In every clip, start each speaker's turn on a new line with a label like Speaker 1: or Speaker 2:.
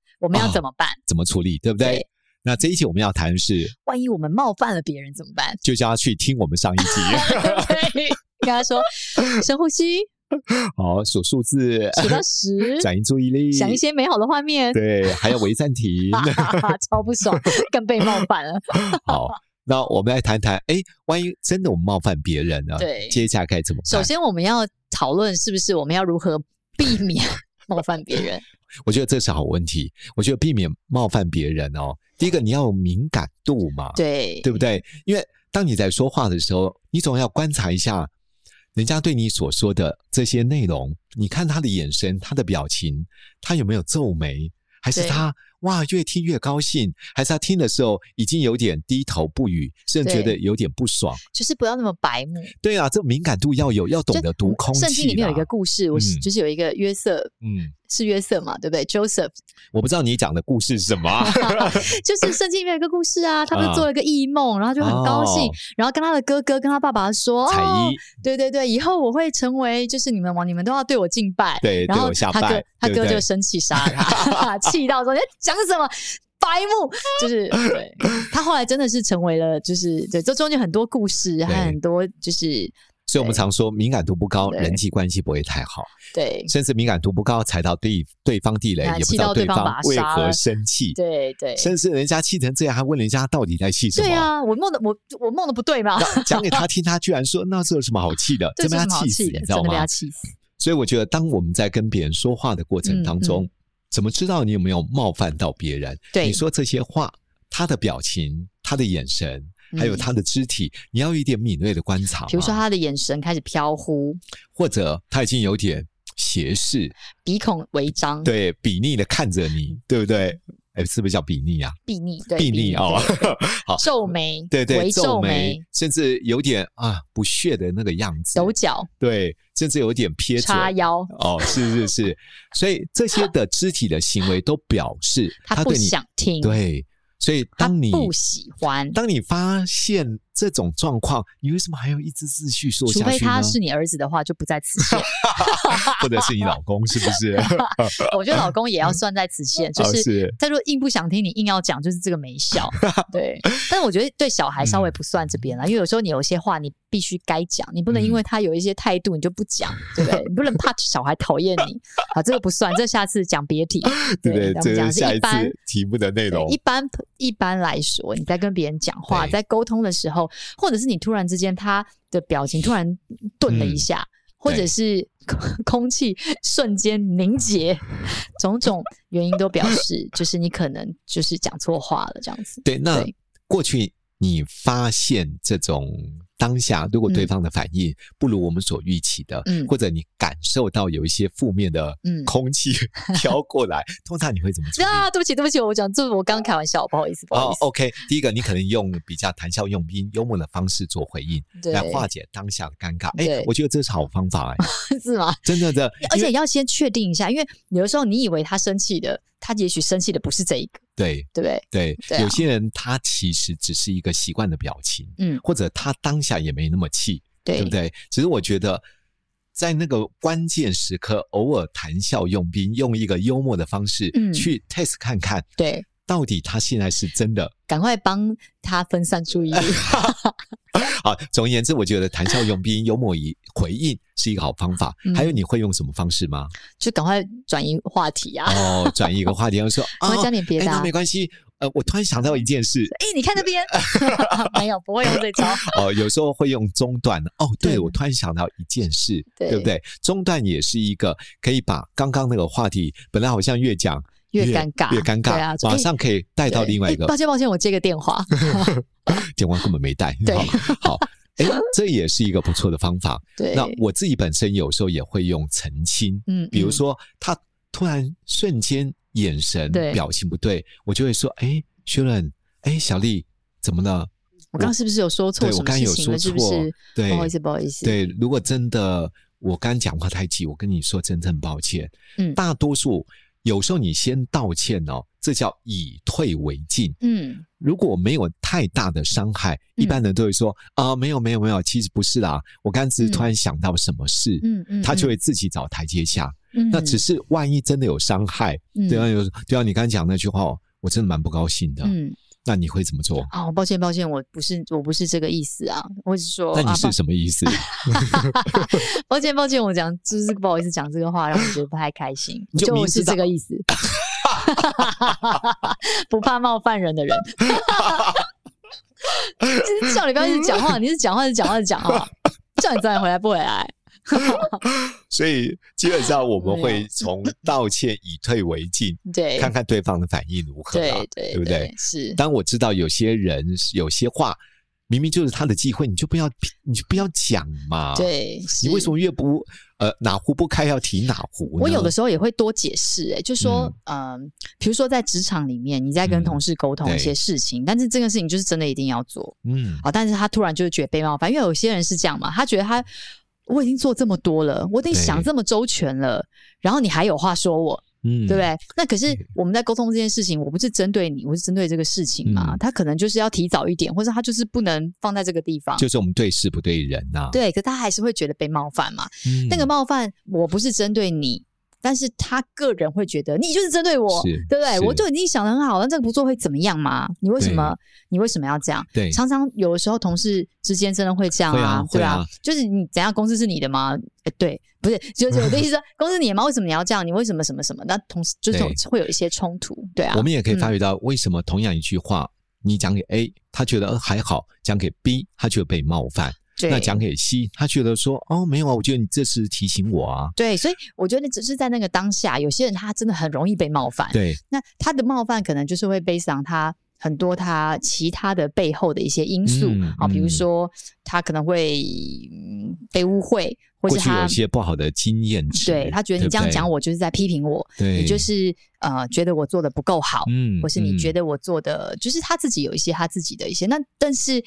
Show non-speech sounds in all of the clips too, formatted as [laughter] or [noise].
Speaker 1: 我们要怎么办？
Speaker 2: 怎么处理，对不对？
Speaker 1: 对
Speaker 2: 那这一期我们要谈的是，
Speaker 1: 万一我们冒犯了别人怎么办？
Speaker 2: 就是要去听我们上一集， [laughs]
Speaker 1: 对，跟他说深呼吸，
Speaker 2: 好，数数字，
Speaker 1: 数到十，
Speaker 2: 转移注意力，
Speaker 1: 想一些美好的画面，
Speaker 2: 对，还有微暂 [laughs] 停。
Speaker 1: 超不爽，更被冒犯了。
Speaker 2: 好，那我们来谈谈，哎，万一真的我们冒犯别人呢？
Speaker 1: 对
Speaker 2: 接下来该怎么
Speaker 1: 首
Speaker 2: 办？
Speaker 1: 先，我们要讨论是不是我们要如何避免冒犯别人。
Speaker 2: 我觉得这是好问题。我觉得避免冒犯别人哦，第一个你要有敏感度嘛，
Speaker 1: 对，
Speaker 2: 对不对？因为当你在说话的时候，你总要观察一下人家对你所说的这些内容，你看他的眼神、他的表情，他有没有皱眉，还是
Speaker 1: 对
Speaker 2: 他哇越听越高兴，还是他听的时候已经有点低头不语，甚至觉得
Speaker 1: 对
Speaker 2: 有点不爽。
Speaker 1: 就是不要那么白目，
Speaker 2: 对啊，这敏感度要有，要懂
Speaker 1: 就
Speaker 2: 得读空气啦。
Speaker 1: 圣经里面有一个故事，我是
Speaker 2: 嗯
Speaker 1: 就是有一个约瑟。
Speaker 2: 嗯，
Speaker 1: 是约瑟嘛，对不对？Joseph
Speaker 2: 我不知道你讲的故事是什么啊、
Speaker 1: 就是圣经里面有一个故事啊，他不是
Speaker 2: 啊
Speaker 1: 做了个异梦，然后 [laughs] 就很高兴，
Speaker 2: 哦
Speaker 1: 然后跟他的哥哥、跟他爸爸说：“
Speaker 2: 彩
Speaker 1: 哦
Speaker 2: 衣，
Speaker 1: 对对对，以后我会成为就是你们王，你们都要对我敬拜。”
Speaker 2: 对
Speaker 1: 然
Speaker 2: 对
Speaker 1: 后
Speaker 2: 我下
Speaker 1: 他哥
Speaker 2: 拜
Speaker 1: 他
Speaker 2: 对不
Speaker 1: 哥就
Speaker 2: 对
Speaker 1: 生气杀了
Speaker 2: [laughs]
Speaker 1: 他，气到说：“你在讲什么？”白目就是对，他后来真的是成为了，就是对，这中间很多故事，还有很多就是
Speaker 2: 所以我们常说敏感度不高，
Speaker 1: 对
Speaker 2: 人际关系不会太好，
Speaker 1: 对
Speaker 2: 甚至敏感度不高踩到对对方地雷，
Speaker 1: 啊
Speaker 2: 也不知
Speaker 1: 气到
Speaker 2: 道对
Speaker 1: 对方
Speaker 2: 方
Speaker 1: 把他
Speaker 2: 为
Speaker 1: 杀
Speaker 2: 何
Speaker 1: 了
Speaker 2: 生气，
Speaker 1: 对对
Speaker 2: 甚至人家气成这样，还问人家到底在气什
Speaker 1: 对
Speaker 2: 么。
Speaker 1: 啊，我梦的我我梦的不对 [laughs] 嘛，
Speaker 2: 讲给他听，他居然说那这有什么好气的，
Speaker 1: [laughs] 这
Speaker 2: 真
Speaker 1: 是
Speaker 2: 被
Speaker 1: 什
Speaker 2: 他
Speaker 1: 么好
Speaker 2: 气
Speaker 1: 气
Speaker 2: 死，你
Speaker 1: 的？
Speaker 2: 知
Speaker 1: 真
Speaker 2: 道
Speaker 1: 的被
Speaker 2: 吗
Speaker 1: 他？气死。
Speaker 2: [laughs] 所以我觉得，当我们在跟别人说话的过程当中，怎么知道你有没有冒犯到别人？
Speaker 1: 嗯对
Speaker 2: 你说这些话，他的表情、他的眼神，还有
Speaker 1: 嗯
Speaker 2: 他的肢体，你要有一点敏锐的观察嘛。
Speaker 1: 比如说他的眼神开始飘忽，
Speaker 2: 或者他已经有点斜视，
Speaker 1: 鼻孔为张，
Speaker 2: 对，比逆的看着你，对不对？哎，是不是叫比逆啊？
Speaker 1: 睥睨，对，
Speaker 2: 比逆哦，好，
Speaker 1: 皱眉，
Speaker 2: 对对，
Speaker 1: 微
Speaker 2: 皱
Speaker 1: 皱
Speaker 2: 眉，甚至有点啊不屑的那个样子，
Speaker 1: 抖脚，
Speaker 2: 对，甚至有点撇嘴。
Speaker 1: 叉腰，
Speaker 2: 哦，是是是，所以这些的肢体的行为都表示
Speaker 1: [laughs] 他不
Speaker 2: 对你
Speaker 1: 想听，
Speaker 2: 对，所以
Speaker 1: 他
Speaker 2: 当你
Speaker 1: 不喜欢，
Speaker 2: 当你发现这种状况，你为什么还要一直继续说
Speaker 1: 除
Speaker 2: 下
Speaker 1: 非
Speaker 2: 去呢
Speaker 1: 他？是你儿子的话，就不在此
Speaker 2: [laughs]
Speaker 1: 限。
Speaker 2: 或者是你老公是不是？
Speaker 1: 我觉得老公也要算在此限， [laughs] 就
Speaker 2: 哦
Speaker 1: 是。
Speaker 2: 是
Speaker 1: 他如果硬不想听，你硬要讲，就是这个没
Speaker 2: [laughs]
Speaker 1: 效。对，但是我觉得对小孩
Speaker 2: 嗯
Speaker 1: 稍微不算这边啦，因为有时候你有些话你必须该讲，你不能
Speaker 2: 嗯
Speaker 1: 因为他有一些态度你就不讲，对不对？你不能怕小孩讨厌你啊，这个不算，这下次讲别提。
Speaker 2: [laughs] 对对，
Speaker 1: 我
Speaker 2: 这
Speaker 1: 们讲
Speaker 2: 是
Speaker 1: 的
Speaker 2: 下
Speaker 1: 是
Speaker 2: 一
Speaker 1: 一般
Speaker 2: 次题目的
Speaker 1: 对
Speaker 2: 内容，
Speaker 1: 一般一般来说，你在跟别人讲话、
Speaker 2: 对
Speaker 1: 在沟通的时候，或者是你突然之间他的表情突然顿了一下，
Speaker 2: 嗯
Speaker 1: 或者是 [laughs] 空气瞬间凝结，种种原因都表
Speaker 2: [laughs]
Speaker 1: 示，就是你可能就是讲错话了，这样子。
Speaker 2: 对，那
Speaker 1: 对
Speaker 2: 过去你发现这种当下，如果对方的反应不如我们所预期的，
Speaker 1: 嗯
Speaker 2: 或者你感受到有一些负面的
Speaker 1: 嗯
Speaker 2: 空气飘过
Speaker 1: [laughs]
Speaker 2: 来，通常你会怎么处理？
Speaker 1: 啊，对不起，对不起，我讲这我刚开玩笑，不好意思，不好
Speaker 2: 哦
Speaker 1: 意思。
Speaker 2: ，OK，第一个你可能用比较谈笑用兵、幽默的方式做回应，
Speaker 1: 对
Speaker 2: 来，化解当下的尴尬。哎
Speaker 1: 对，
Speaker 2: 我觉得这是好方法，
Speaker 1: [laughs]
Speaker 2: 哎，
Speaker 1: 是吗？
Speaker 2: 真的的，
Speaker 1: 而
Speaker 2: 因
Speaker 1: 且
Speaker 2: 为
Speaker 1: 要先确定一下，因为有的时候你以为他生气的，他也许生气的不是这一个，
Speaker 2: 对
Speaker 1: 对不对？
Speaker 2: 对
Speaker 1: 对啊
Speaker 2: 有些人他其实只是一个习惯的表情，
Speaker 1: 嗯，
Speaker 2: 或者他当下也没那么气，
Speaker 1: 对，
Speaker 2: 对不对？只是我觉得，在那个关键时刻，偶尔谈笑用兵，用一个幽默的方式、
Speaker 1: 嗯
Speaker 2: 去 test 看看，
Speaker 1: 对
Speaker 2: 到底他现在是真的
Speaker 1: 赶快帮他分散注意力。
Speaker 2: 啊。总而言之，我觉得谈笑用兵、幽默以回应是一个好方法。
Speaker 1: 嗯
Speaker 2: 还有，你会用什么方式吗？
Speaker 1: 就赶快转移话题啊！
Speaker 2: 哦，转移一个话题，然
Speaker 1: [laughs]
Speaker 2: 后说啊
Speaker 1: 赶，快讲点别
Speaker 2: 哎
Speaker 1: 的、
Speaker 2: 那
Speaker 1: 啊。
Speaker 2: 没关系。呃，我突然想到一
Speaker 1: [laughs]
Speaker 2: 件事，
Speaker 1: 哎、你看那
Speaker 2: [laughs]
Speaker 1: 边没有，不会用这招。
Speaker 2: 哦，有时候会用中断。哦，对，
Speaker 1: 对
Speaker 2: 我突然想到一件事，
Speaker 1: 对
Speaker 2: 不对？中断也是一个可以把刚刚那个话题，本来好像越讲
Speaker 1: 越尴尬
Speaker 2: 越尴尬，
Speaker 1: 对啊就
Speaker 2: 马上可以带到
Speaker 1: 对
Speaker 2: 另外一
Speaker 1: 哎
Speaker 2: 个，
Speaker 1: 抱歉，抱歉，我接个电
Speaker 2: [laughs]
Speaker 1: 话。
Speaker 2: 电话根本没带。
Speaker 1: 对 [laughs]
Speaker 2: 好，好，哎，这也是一个不错的方法。
Speaker 1: 对，
Speaker 2: 那我自己本身有时候也会用澄清，
Speaker 1: 嗯，
Speaker 2: 比如
Speaker 1: 嗯
Speaker 2: 说他突然瞬间眼神、
Speaker 1: 对
Speaker 2: 表情不对，我就会说：“哎，薛仁，哎，小丽，怎么了？
Speaker 1: 我刚刚是不是有说错
Speaker 2: 对
Speaker 1: 什
Speaker 2: 我
Speaker 1: 么
Speaker 2: 刚
Speaker 1: 事
Speaker 2: 有
Speaker 1: 情
Speaker 2: 说
Speaker 1: 了？是
Speaker 2: 错，
Speaker 1: 不是？
Speaker 2: 对，
Speaker 1: 不好意思，不好意思。
Speaker 2: 对，如果真的我刚讲话太急，我跟你说真正抱歉。
Speaker 1: 嗯
Speaker 2: 大多数有时候你先道歉哦，这叫以退为进。
Speaker 1: 嗯，
Speaker 2: 如果没有太大的伤害，一
Speaker 1: 嗯
Speaker 2: 般人都会说啊、没有没有没有，其实不是啦，我刚只是
Speaker 1: 嗯
Speaker 2: 突然想到什么事，
Speaker 1: 嗯嗯，
Speaker 2: 他就
Speaker 1: 会
Speaker 2: 会自己找台阶下。那只是万一真的有伤害，对啊
Speaker 1: 嗯
Speaker 2: 有对啊，你刚讲那句话，我真的蛮不高兴的。
Speaker 1: 嗯
Speaker 2: 那你会怎么做？
Speaker 1: 哦，抱歉抱歉，我不是我不是这个意思啊，我只是说
Speaker 2: 那你
Speaker 1: 啊，
Speaker 2: 是什么
Speaker 1: [laughs]
Speaker 2: 意思？
Speaker 1: 抱歉抱歉，我讲就是不好意思讲这个话，让我觉得不太开心，
Speaker 2: 你就
Speaker 1: 就
Speaker 2: 明
Speaker 1: 我
Speaker 2: 知
Speaker 1: 是
Speaker 2: 道
Speaker 1: 这个意思，不怕冒犯人的人。就是叫你不要一直讲话，你是讲话是讲话是讲话，叫你早点回来不回来。
Speaker 2: 所以基本上我们
Speaker 1: 没 [laughs]
Speaker 2: 会
Speaker 1: 有
Speaker 2: 从道歉以退为进，
Speaker 1: 啊对，
Speaker 2: 看看对方的反应如何啦
Speaker 1: 对对
Speaker 2: 对不对？
Speaker 1: 是，
Speaker 2: 当我知道有些人有些话明明就是他的忌讳，你就不要你就不要讲嘛。，
Speaker 1: 对，
Speaker 2: 啊你为什
Speaker 1: 么？
Speaker 2: 么越不呃哪壶不开要提哪壶呢？
Speaker 1: 我有的时候也会多解释、欸，哎，就说，嗯、比如说在职场里面，你在跟
Speaker 2: 嗯
Speaker 1: 同事沟通一
Speaker 2: 对
Speaker 1: 些事情，但是这个事情就是真的一定要做
Speaker 2: 嗯
Speaker 1: 啊，但是他突然就是觉得被冒犯，因为有些人是这样嘛，他觉得他我已经做这么多了，我得
Speaker 2: 对
Speaker 1: 想这么周全了，然后你还有话说我，
Speaker 2: 嗯，
Speaker 1: 对不？对？那可是我们在沟通这件事情，我不是针对你，我是针对这个事情嘛，
Speaker 2: 嗯
Speaker 1: 他可能就是要提早一点，或者他就是不能放在这个地方。
Speaker 2: 就是我们对事不对人呐、
Speaker 1: 对，可他还是会觉得被冒犯嘛。
Speaker 2: 嗯
Speaker 1: 那个冒犯我不是针对你，但是他个人会觉得你就是针对我，
Speaker 2: 是
Speaker 1: 对不对？
Speaker 2: 是
Speaker 1: 我就已经想的很好了，这个不做会怎么样嘛？你为什么你为什么要这样？
Speaker 2: 对
Speaker 1: 常常有的时候同事之间真的会这样
Speaker 2: 会啊
Speaker 1: 对
Speaker 2: 会
Speaker 1: 啊
Speaker 2: 啊，
Speaker 1: 就是你怎样公司是你的吗？呃，对，不是，就是我的
Speaker 2: [laughs]
Speaker 1: 意思说，公司你的吗？为什么你要这样？你为什么什么什么？那同事就是
Speaker 2: 对
Speaker 1: 会有一些冲突，对啊
Speaker 2: 我，们也可以发觉到，为什么同样一句话，你讲给 A，他觉得呃还好；讲给 B，他觉得被冒犯；
Speaker 1: 对
Speaker 2: 那。讲给 C，他觉得说哦没有啊，我觉得你这是提醒我啊。
Speaker 1: 对，所以我觉得只是在那个当下，有些人他真的很容易被冒犯。
Speaker 2: 对，
Speaker 1: 那他的冒犯可能就是会背上他很多他其他的背后的一些因素
Speaker 2: 嗯
Speaker 1: 啊，比如
Speaker 2: 嗯
Speaker 1: 说他可能会、嗯被误会，或
Speaker 2: 过
Speaker 1: 是
Speaker 2: 去有
Speaker 1: 他
Speaker 2: 一些不好的经验值，
Speaker 1: 对他觉得你这样讲
Speaker 2: 我，
Speaker 1: 我就是在批评我，
Speaker 2: 对，
Speaker 1: 你就是呃觉得我做的不够好，
Speaker 2: 嗯
Speaker 1: 或是你觉
Speaker 2: 嗯
Speaker 1: 得我做的、就是他自己有一些他自己的一些那，但是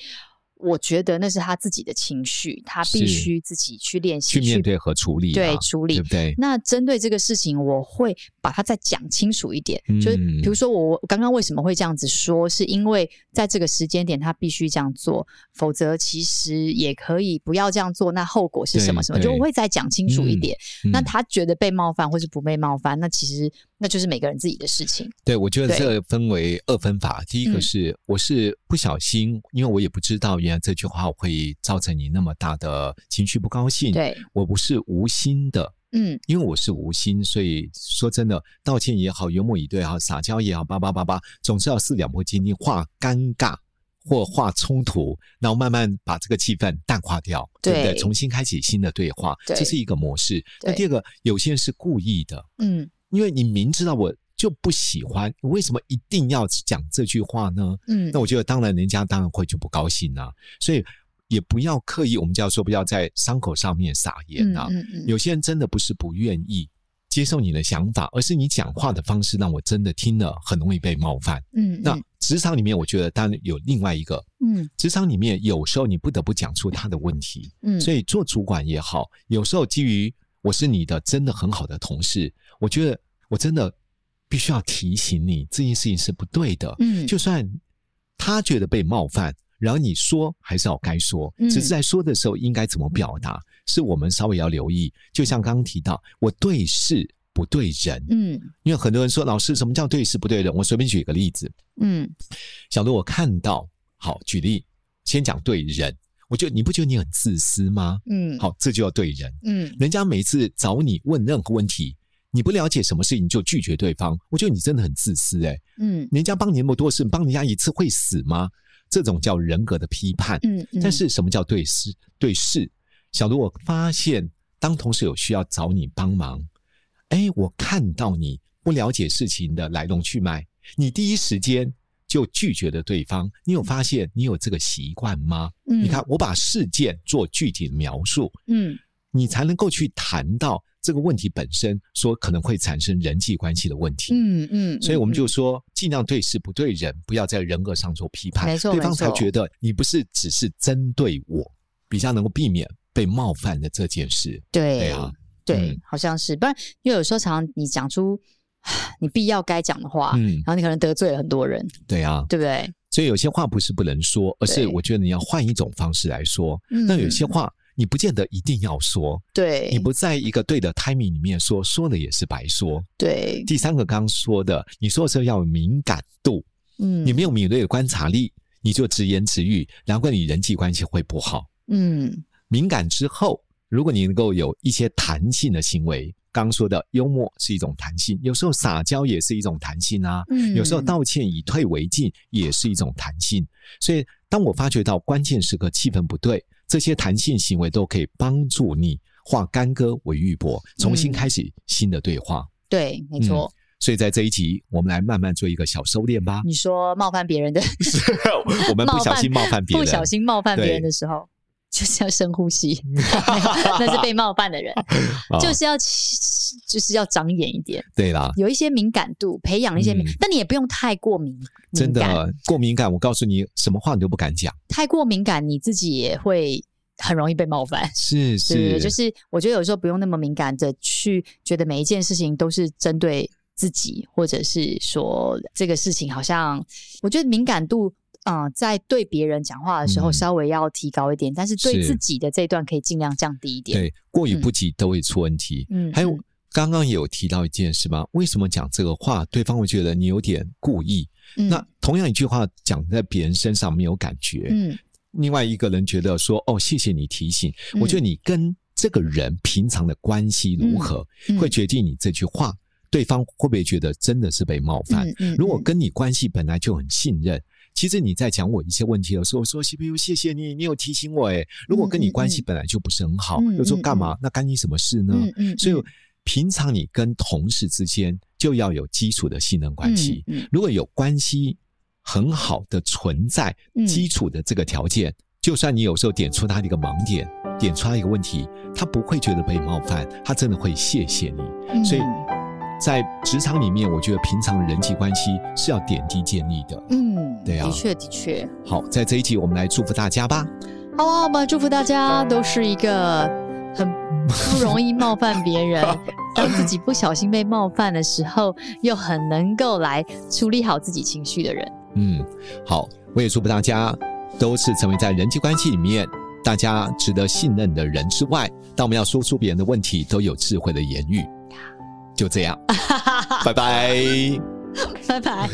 Speaker 1: 我觉得那是他自己的情绪，他必
Speaker 2: 是
Speaker 1: 须自己去练习
Speaker 2: 去面对和处理啊，
Speaker 1: 对处理
Speaker 2: 对不对？
Speaker 1: 那针对这个事情，我会把它再讲清楚一点。就是
Speaker 2: 嗯
Speaker 1: 比如说我，我刚刚为什么会这样子说，是因为在这个时间点他必须这样做，否则其实也可以不要这样做。那后果是什么？
Speaker 2: 对
Speaker 1: 什么？就
Speaker 2: 对
Speaker 1: 我会再讲清楚一点。那
Speaker 2: 嗯
Speaker 1: 他觉得被冒犯或是不被冒犯，那其实那就是每个人自己的事情。
Speaker 2: 对我觉得
Speaker 1: 对
Speaker 2: 这分为二分法，第一个
Speaker 1: 嗯
Speaker 2: 是我是不小心，因为我也不知道原来这句话会造成你那么大的情绪不高兴，
Speaker 1: 对，
Speaker 2: 我不是无心的。
Speaker 1: 嗯，
Speaker 2: 因为我是无心，所以说真的，道歉也好，幽默以对也好，撒娇也好，叭叭叭叭，总是要四两拨千斤，化尴尬或化冲突，然后慢慢把这个气氛淡化掉，对不
Speaker 1: 对
Speaker 2: 对？重新开启新的对话，
Speaker 1: 对
Speaker 2: 这是一个模式。
Speaker 1: 对
Speaker 2: 那第二个，有些人是故意的，
Speaker 1: 嗯
Speaker 2: 因为你明知道我就不喜欢，你为什么一定要讲这句话呢？
Speaker 1: 嗯
Speaker 2: 那，我觉得，当然人家当然会就不高兴啦、所以也不要刻意，我们就要说不要在伤口上面撒盐啊。
Speaker 1: 嗯嗯嗯，
Speaker 2: 有些人真的不是不愿意接受你的想法，而是你讲话的方式让我真的听了很容易被冒犯。
Speaker 1: 嗯
Speaker 2: 那职场里面，我觉得当然有另外一个，
Speaker 1: 嗯
Speaker 2: 职场里面有时候你不得不讲出他的问题，
Speaker 1: 嗯，
Speaker 2: 所
Speaker 1: 以
Speaker 2: 以做主管也好，有时候基于我是你的真的很好的同事，我觉得我真的必须要提醒你这件事情是不对的。
Speaker 1: 嗯
Speaker 2: 就算他觉得被冒犯，然后你说还是要该说，
Speaker 1: 嗯
Speaker 2: 只是在说的时候应该怎么表达，是我们稍微要留意。就像刚刚提到，我对事不对人，
Speaker 1: 嗯
Speaker 2: 因为很多人说老师什么叫对事不对人？我随便举一个例子，
Speaker 1: 嗯
Speaker 2: 小鹿，我看到，好举例，先讲对人，我觉得你不觉得你很自私吗？
Speaker 1: 嗯，
Speaker 2: 好，这就要对人。
Speaker 1: 嗯
Speaker 2: 人家每次找你问任何问题，你不了解什么事情就拒绝对方，我觉得你真的很自私诶、
Speaker 1: 嗯
Speaker 2: 人家帮你那么多事，帮人家一次会死吗？这种叫人格的批判。
Speaker 1: 嗯，
Speaker 2: 但是什么叫对事？对事，小卢，我发现当同事有需要找你帮忙，哎，我看到你不了解事情的来龙去脉，你第一时间就拒绝了对方。你有发现你有这个习惯吗？
Speaker 1: 嗯
Speaker 2: 你看，我把事件做具体的描述，
Speaker 1: 嗯
Speaker 2: 你才能够去谈到这个问题本身，说可能会产生人际关系的问题。
Speaker 1: 嗯嗯，
Speaker 2: 所以我
Speaker 1: 嗯
Speaker 2: 们就说，尽量对事不对人，不要在人格上做批判，
Speaker 1: 没错
Speaker 2: 对方
Speaker 1: 没错
Speaker 2: 才觉得你不是只是针对我，比较能够避免被冒犯的这件事。对
Speaker 1: 对
Speaker 2: 啊，
Speaker 1: 对
Speaker 2: 嗯，
Speaker 1: 好像是，不然因为有时候常常你讲出你必要该讲的话，
Speaker 2: 嗯
Speaker 1: 然，后你可能得罪了很多人，
Speaker 2: 对啊，
Speaker 1: 对不对？
Speaker 2: 所以有些话不是不能说，而是
Speaker 1: 对
Speaker 2: 我觉得你要换一种方式来说。
Speaker 1: 嗯
Speaker 2: 那有些话你不见得一定要说，
Speaker 1: 对，
Speaker 2: 你不在一个对的 timing 里面说，说了也是白说。
Speaker 1: 对，
Speaker 2: 第三个刚刚说的，你说的时候要有敏感度，
Speaker 1: 嗯，
Speaker 2: 你没有敏锐的观察力，你就直言直语，难怪你人际关系会不好。
Speaker 1: 嗯
Speaker 2: 敏感之后，如果你能够有一些弹性的行为，刚说的幽默是一种弹性，有时候撒娇也是一种弹性啊，
Speaker 1: 嗯，
Speaker 2: 有时候道歉以退为进也是一种弹性。所以，当我发觉到关键时刻气氛不对，这些弹性行为都可以帮助你化干戈为玉帛，重
Speaker 1: 嗯
Speaker 2: 新开始新的对话。
Speaker 1: 对，
Speaker 2: 嗯
Speaker 1: 没错，
Speaker 2: 所以在这一集，我们来慢慢做一个小收
Speaker 1: [laughs]
Speaker 2: 敛吧。
Speaker 1: 你说冒犯别人的，
Speaker 2: 我们不小心冒犯别人，
Speaker 1: 不小心冒犯别
Speaker 2: 对
Speaker 1: 人的时候，就是要深呼
Speaker 2: [laughs]
Speaker 1: 吸， [laughs] 没有那是被冒犯的人，
Speaker 2: 啊
Speaker 1: 就是要就是要长眼一点，
Speaker 2: 对啦，
Speaker 1: 有一些敏感度，培养一些敏
Speaker 2: 嗯，
Speaker 1: 但你也不用太过敏，
Speaker 2: 真
Speaker 1: 敏感
Speaker 2: 的过敏感。我告诉你，什么话你都不敢讲。
Speaker 1: 太过敏感，你自己也会很容易被冒犯。
Speaker 2: 是
Speaker 1: 对
Speaker 2: 是，
Speaker 1: 对，就是我觉得有时候不用那么敏感的去觉得每一件事情都是针对自己，或者是说这个事情好像，我觉得敏感度。嗯，在对别人讲话的时候
Speaker 2: 嗯
Speaker 1: 稍微要提高一点，但是对
Speaker 2: 是
Speaker 1: 自己的这一段可以尽量降低一点。
Speaker 2: 对过于不及都会出问题。
Speaker 1: 嗯，
Speaker 2: 还有
Speaker 1: 嗯
Speaker 2: 刚刚也有提到一件事吗？为什么讲这个话，对方会觉得你有点故意？
Speaker 1: 嗯
Speaker 2: 那同样一句话讲在别人身上没有感觉，
Speaker 1: 嗯
Speaker 2: 另外一个人觉得说：“哦，谢谢你提醒。”我觉得你跟这个人平常的关系如何，
Speaker 1: 嗯
Speaker 2: 会决定你这句话对方会不会觉得真的是被冒犯。
Speaker 1: 嗯嗯
Speaker 2: 如果跟你关系本来就很信任，其实你在讲我一些问题的时候，我说 CPU 谢谢你，你有提醒我。诶，如果跟你关系本来就不是很好，
Speaker 1: 嗯嗯嗯
Speaker 2: 又说干嘛？那干你什么事呢？
Speaker 1: 嗯嗯，
Speaker 2: 所以平常你跟同事之间就要有基础的信任关系。
Speaker 1: 嗯嗯
Speaker 2: 如果有关系很好的存在
Speaker 1: 嗯
Speaker 2: 基础的这个条件，就算你有时候点出他的一个盲点，点出他一个问题，他不会觉得被冒犯，他真的会谢谢你。
Speaker 1: 嗯
Speaker 2: 所以在职场里面，我觉得平常的人际关系是要点滴建立的。
Speaker 1: 嗯，
Speaker 2: 对啊
Speaker 1: 的确的确，
Speaker 2: 好，在这一集我们来祝福大家吧。
Speaker 1: 好啊，我们祝福大家都是一个很不容易冒犯别人，当自己不小心被冒犯的时候，又很能够来处理好自己情绪的人。
Speaker 2: 嗯，好，我也祝福大家都是成为在人际关系里面大家值得信任的人之外，当我们要说出别人的问题，都有智慧的言语。就这样，拜拜。
Speaker 1: 拜拜。